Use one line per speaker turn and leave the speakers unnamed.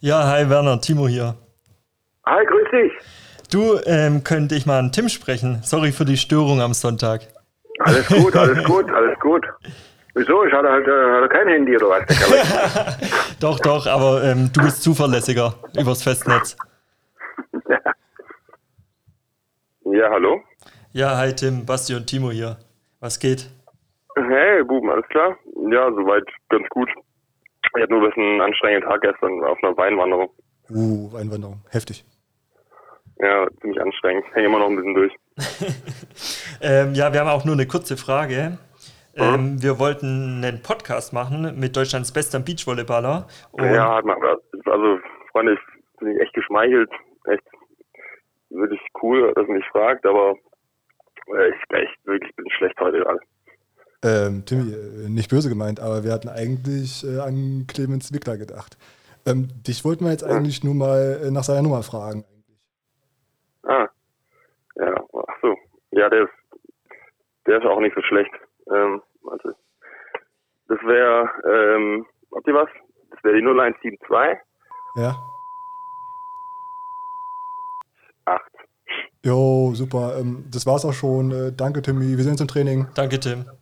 Ja, hi Werner, Timo hier.
Hi, grüß dich.
Du, ähm, könnte ich mal an Tim sprechen? Sorry für die Störung am Sonntag.
Alles gut, alles gut, alles gut. Wieso? Ich hatte halt äh, hatte kein Handy oder was. Der Kerl.
Doch, doch, aber ähm, du bist zuverlässiger übers Festnetz.
ja, hallo?
Ja, hi Tim, Basti und Timo hier. Was geht?
Hey, Buben, alles klar? Ja, soweit ganz gut. Ich hatte nur ein bisschen einen anstrengenden Tag gestern auf einer Weinwanderung.
Uh, Einwanderung. Heftig.
Ja, ziemlich anstrengend. Hänge immer noch ein bisschen durch.
Ähm, ja, wir haben auch nur eine kurze Frage. Ähm, wir wollten einen Podcast machen mit Deutschlands bestem Beachvolleyballer. Und
Ja, hat man. Also, Freunde, ich bin echt geschmeichelt. Echt wirklich cool, dass ihr mich fragt, aber äh, ich bin echt wirklich bin schlecht heute gerade.
Ähm, Timmy, äh, nicht böse gemeint, aber wir hatten eigentlich äh, an Clemens Wickler gedacht. Ähm, dich wollten wir jetzt eigentlich nur mal äh, nach seiner Nummer fragen.
Ah. Ja, ach so. Ja, der ist, der ist auch nicht so schlecht. Ähm, warte. Das wäre, ähm, habt ihr was? Das wäre die 0172
Ja?
8.
Jo, super. Ähm, das war's auch schon. Äh, danke, Timmy. Wir sehen uns im Training.
danke, Tim.